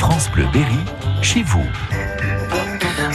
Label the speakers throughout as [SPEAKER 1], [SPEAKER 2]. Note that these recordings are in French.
[SPEAKER 1] France Bleu Berry, chez vous.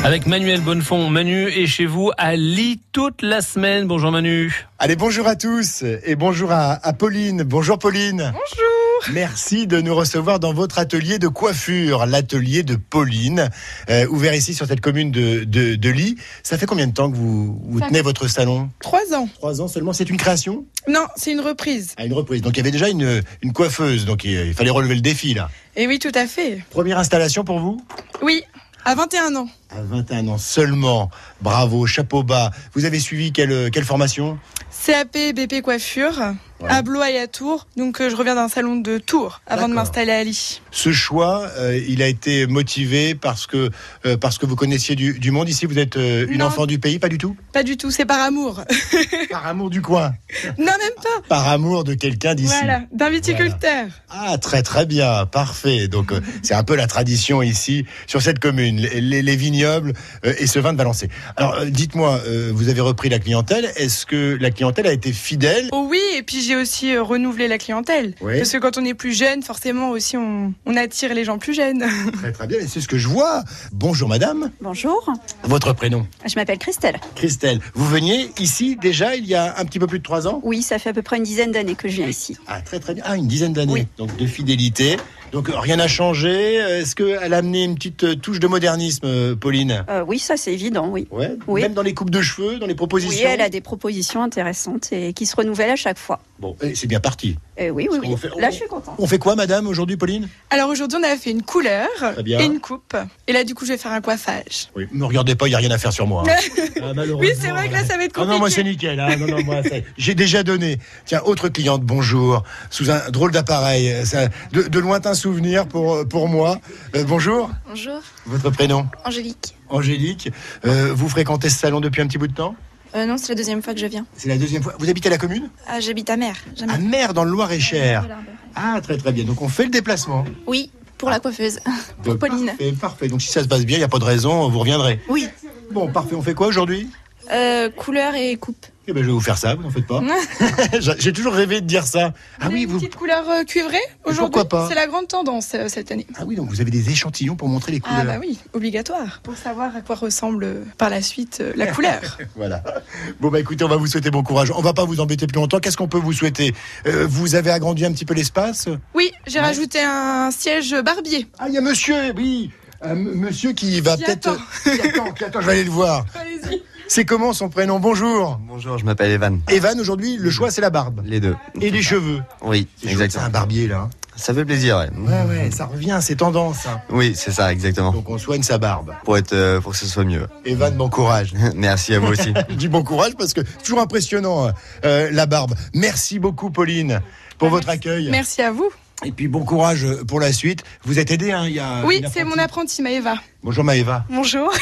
[SPEAKER 2] Avec Manuel Bonnefond. Manu est chez vous à Lille toute la semaine. Bonjour Manu.
[SPEAKER 3] Allez, bonjour à tous et bonjour à, à Pauline. Bonjour Pauline. Bonjour. Merci de nous recevoir dans votre atelier de coiffure, l'atelier de Pauline, euh, ouvert ici sur cette commune de, de, de Lille. Ça fait combien de temps que vous, vous
[SPEAKER 4] Ça
[SPEAKER 3] tenez votre salon
[SPEAKER 4] Trois ans.
[SPEAKER 3] Trois ans seulement. C'est une création
[SPEAKER 4] Non, c'est une reprise.
[SPEAKER 3] à une reprise. Donc il y avait déjà une, une coiffeuse, donc il, il fallait relever le défi là.
[SPEAKER 4] Et Eh oui, tout à fait.
[SPEAKER 3] Première installation pour vous
[SPEAKER 4] Oui, à 21 ans.
[SPEAKER 3] À 21 ans seulement. Bravo, chapeau bas. Vous avez suivi quelle, quelle formation
[SPEAKER 4] CAP BP coiffure
[SPEAKER 3] Ouais.
[SPEAKER 4] à Blois et à Tours. Donc euh, je reviens d'un salon de Tours avant de
[SPEAKER 3] D'accord.
[SPEAKER 4] m'installer à Lille.
[SPEAKER 3] Ce choix, euh, il a été motivé parce que, euh, parce que vous connaissiez du, du monde ici Vous êtes euh, une
[SPEAKER 4] Non.
[SPEAKER 3] enfant du pays Pas du tout
[SPEAKER 4] Pas du tout, c'est par amour.
[SPEAKER 3] Par amour du coin.
[SPEAKER 4] non, même pas.
[SPEAKER 3] Par amour de quelqu'un d'ici.
[SPEAKER 4] Voilà, d'un viticulteur.
[SPEAKER 3] Ah, très très bien, parfait. Donc euh, c'est un peu la tradition ici, sur cette commune, les, les- les vignobles euh, et ce vin de Valençay. Alors euh, dites-moi, euh, vous avez repris la clientèle. Est-ce que la clientèle a été fidèle
[SPEAKER 4] Oh oui, et puis j'ai aussi euh, renouvelé la clientèle.
[SPEAKER 3] Oui.
[SPEAKER 4] Parce que quand on est plus jeune, forcément aussi on, on attire les gens plus jeunes.
[SPEAKER 3] Très très bien, et c'est ce que je vois. Bonjour madame,
[SPEAKER 5] Bonjour,
[SPEAKER 3] votre prénom
[SPEAKER 5] je m'appelle Christelle.
[SPEAKER 3] Christelle. Vous veniez ici déjà il y a un petit peu plus de trois ans
[SPEAKER 5] Oui, ça fait à peu près une dizaine d'années que je viens ici.
[SPEAKER 3] Ah, très très bien. Ah, une dizaine d'années.
[SPEAKER 5] Oui.
[SPEAKER 3] Donc de fidélité. Donc euh, rien n'a changé. Euh, Est-ce qu'elle a amené une petite euh, touche de modernisme, euh, Pauline
[SPEAKER 5] Euh, oui, ça c'est évident, oui.
[SPEAKER 3] Ouais.
[SPEAKER 5] Oui.
[SPEAKER 3] Même dans les coupes de cheveux, dans les
[SPEAKER 5] Oui,
[SPEAKER 3] propositions.
[SPEAKER 5] elle a des propositions intéressantes et qui se renouvellent à chaque fois.
[SPEAKER 3] Bon, eh, c'est bien parti.
[SPEAKER 5] Euh, oui, oui,
[SPEAKER 3] Parce qu'on
[SPEAKER 5] oui.
[SPEAKER 3] fait- on-
[SPEAKER 5] Là, je suis contente.
[SPEAKER 3] On fait quoi, madame, aujourd'hui, Pauline
[SPEAKER 4] Alors aujourd'hui, on a fait une couleur
[SPEAKER 3] bien.
[SPEAKER 4] et une coupe. Et là, du coup, je vais faire un coiffage.
[SPEAKER 3] Oui. Ne me regardez pas, il n'y a rien à faire sur moi. hein. Ah, malheureusement,
[SPEAKER 4] Oui, c'est vrai que là, ça va être
[SPEAKER 3] Ah
[SPEAKER 4] compliqué.
[SPEAKER 3] non, moi c'est nickel. hein. Non, non, moi, ça- J'ai déjà donné. Tiens, autre cliente, bonjour. Sous un drôle d'appareil. euh, ça- De, de lointains souvenirs pour, pour moi. Euh, bonjour.
[SPEAKER 6] Bonjour,
[SPEAKER 3] Votre prénom
[SPEAKER 6] Angélique.
[SPEAKER 3] Angélique. Euh, vous fréquentez ce salon depuis un petit bout de temps
[SPEAKER 6] Euh, non, c'est la deuxième fois que je viens.
[SPEAKER 3] C'est la deuxième fois. Vous habitez à la commune
[SPEAKER 6] Ah, j'habite à Mer.
[SPEAKER 3] À Mer, dans le Loir-et-Cher. Ah, très très bien. Donc on fait le déplacement.
[SPEAKER 6] Oui, pour la coiffeuse.
[SPEAKER 3] Donc,
[SPEAKER 6] Pauline.
[SPEAKER 3] Parfait, parfait. Donc si ça se passe bien, il n'y a pas de raison, vous reviendrez.
[SPEAKER 6] Oui.
[SPEAKER 3] Bon, parfait. On fait quoi aujourd'hui
[SPEAKER 6] Euh, couleur et coupe.
[SPEAKER 3] eh ben, je vais vous faire ça, vous n'en faites pas. J'ai- J'ai toujours rêvé de dire ça. Ah
[SPEAKER 4] Vous avez
[SPEAKER 3] oui,
[SPEAKER 4] une
[SPEAKER 3] vous...
[SPEAKER 4] petite couleur euh, cuivrée aujourd'hui.
[SPEAKER 3] pourquoi pas
[SPEAKER 4] C'est la grande tendance euh, cette année.
[SPEAKER 3] ah oui, donc vous avez des échantillons pour montrer les couleurs.
[SPEAKER 4] Ah bah oui, obligatoire pour savoir à quoi ressemble euh, par la suite euh, la couleur.
[SPEAKER 3] Voilà. Bon, bah écoutez, on va vous souhaiter bon courage. On va pas vous embêter plus longtemps. Qu'est-ce qu'on peut vous souhaiter Euh, Vous avez agrandi un petit peu l'espace
[SPEAKER 4] Oui, j'ai rajouté un siège barbier.
[SPEAKER 3] Ah, il y a monsieur, oui. Euh, m- monsieur qui va
[SPEAKER 4] Qui
[SPEAKER 3] peut-être. euh,
[SPEAKER 4] attend.
[SPEAKER 3] Qui attend, qui attend, je vais aller le voir.
[SPEAKER 4] Allez-y.
[SPEAKER 3] C'est comment son prénom Bonjour.
[SPEAKER 7] Bonjour, je m'appelle Evan.
[SPEAKER 3] Evan, aujourd'hui, le choix, c'est la barbe.
[SPEAKER 7] Les deux.
[SPEAKER 3] Et les cheveux.
[SPEAKER 7] Oui,
[SPEAKER 3] C'est
[SPEAKER 7] exactement.
[SPEAKER 3] un barbier, là. hein.
[SPEAKER 7] Ça fait plaisir, ouais.
[SPEAKER 3] Ouais, ouais, ça revient, c'est tendance. hein.
[SPEAKER 7] Oui, c'est ça, exactement.
[SPEAKER 3] Donc on soigne sa barbe.
[SPEAKER 7] Pour être, euh, pour que ce soit mieux.
[SPEAKER 3] Evan, bon courage.
[SPEAKER 7] Merci à vous aussi.
[SPEAKER 3] Je dis bon courage parce que c'est toujours impressionnant, euh, euh, la barbe. Merci beaucoup, Pauline, pour votre accueil.
[SPEAKER 4] Merci à vous.
[SPEAKER 3] Et puis bon courage euh, pour la suite. Vous êtes aidé, hein, il y a.
[SPEAKER 4] Oui,
[SPEAKER 3] une
[SPEAKER 4] c'est
[SPEAKER 3] apprentie.
[SPEAKER 4] mon apprenti Maëva.
[SPEAKER 3] Bonjour Maëva.
[SPEAKER 4] Bonjour.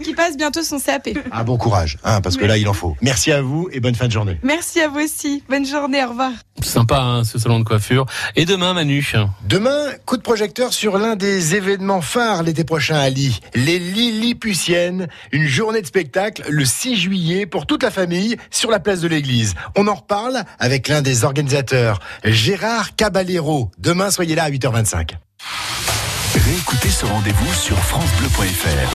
[SPEAKER 4] Qui passe bientôt son CAP.
[SPEAKER 3] Ah, bon courage, hein, parce que là, il en faut. Merci à vous et bonne fin de journée.
[SPEAKER 4] Merci à vous aussi. Bonne journée, au revoir.
[SPEAKER 2] Sympa hein, ce salon de coiffure. Et demain Manu.
[SPEAKER 3] Demain, coup de projecteur sur l'un des événements phares l'été prochain à Lille, les Lilliputiennes, une journée de spectacle le 6 juillet pour toute la famille sur la place de l'église. On en reparle avec l'un des organisateurs, Gérard Caballero. Demain, soyez là à 8h25.
[SPEAKER 1] Réécoutez ce rendez-vous sur FranceBleu.fr.